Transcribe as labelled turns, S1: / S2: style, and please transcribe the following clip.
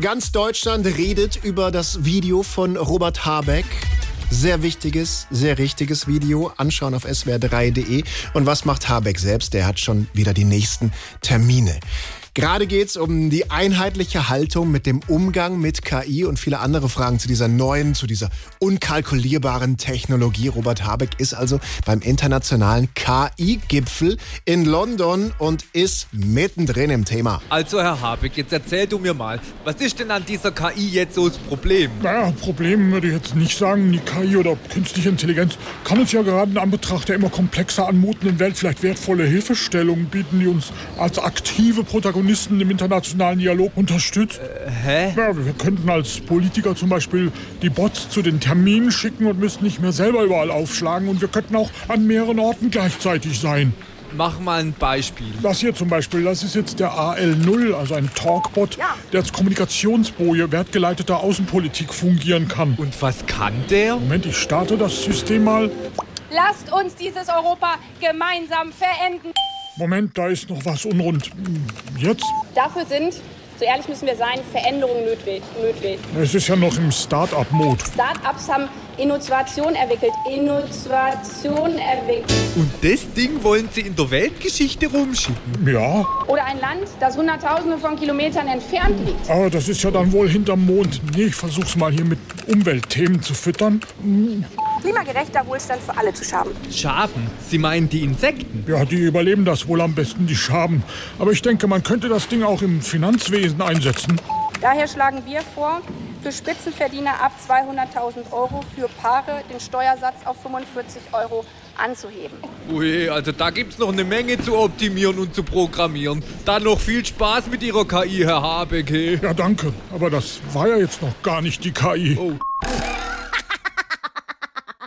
S1: Ganz Deutschland redet über das Video von Robert Habeck. Sehr wichtiges, sehr richtiges Video. Anschauen auf swr3.de. Und was macht Habeck selbst? Der hat schon wieder die nächsten Termine. Gerade geht's um die einheitliche Haltung mit dem Umgang mit KI und viele andere Fragen zu dieser neuen, zu dieser unkalkulierbaren Technologie. Robert Habeck ist also beim internationalen KI-Gipfel in London und ist mittendrin im Thema.
S2: Also Herr Habeck, jetzt erzähl du mir mal, was ist denn an dieser KI jetzt so das Problem?
S3: Naja, Problem würde ich jetzt nicht sagen. Die KI oder künstliche Intelligenz kann uns ja gerade in Anbetracht der immer komplexer anmutenden Welt vielleicht wertvolle Hilfestellungen bieten, die uns als aktive Protagonisten im internationalen Dialog unterstützt.
S2: Hä?
S3: Ja, wir könnten als Politiker zum Beispiel die Bots zu den Terminen schicken und müssten nicht mehr selber überall aufschlagen. Und wir könnten auch an mehreren Orten gleichzeitig sein.
S2: Mach mal ein Beispiel.
S3: Das hier zum Beispiel, das ist jetzt der AL0, also ein Talkbot, der als Kommunikationsboje wertgeleiteter Außenpolitik fungieren kann.
S2: Und was kann der?
S3: Moment, ich starte das System mal.
S4: Lasst uns dieses Europa gemeinsam verenden.
S3: Moment, da ist noch was unrund. Jetzt?
S4: Dafür sind, so ehrlich müssen wir sein, Veränderungen nötig.
S3: Es ist ja noch im Start-up-Mode.
S4: Start-ups haben Innovation entwickelt. Innovation entwickelt.
S2: Und das Ding wollen sie in der Weltgeschichte rumschicken.
S3: Ja,
S4: Oder ein Land, das Hunderttausende von Kilometern entfernt liegt.
S3: aber das ist ja dann wohl hinterm Mond. Nee, ich versuch's mal hier mit Umweltthemen zu füttern.
S5: Klimagerechter Wohlstand für alle zu schaffen.
S2: Schaben. Sie meinen die Insekten?
S3: Ja, die überleben das wohl am besten, die Schaben. Aber ich denke, man könnte das Ding auch im Finanzwesen einsetzen.
S4: Daher schlagen wir vor, für Spitzenverdiener ab 200.000 Euro für Paare den Steuersatz auf 45 Euro anzuheben.
S2: Ui, also da gibt's noch eine Menge zu optimieren und zu programmieren. Dann noch viel Spaß mit Ihrer KI, Herr Habeck. hey.
S3: Ja, danke. Aber das war ja jetzt noch gar nicht die KI.
S2: Oh.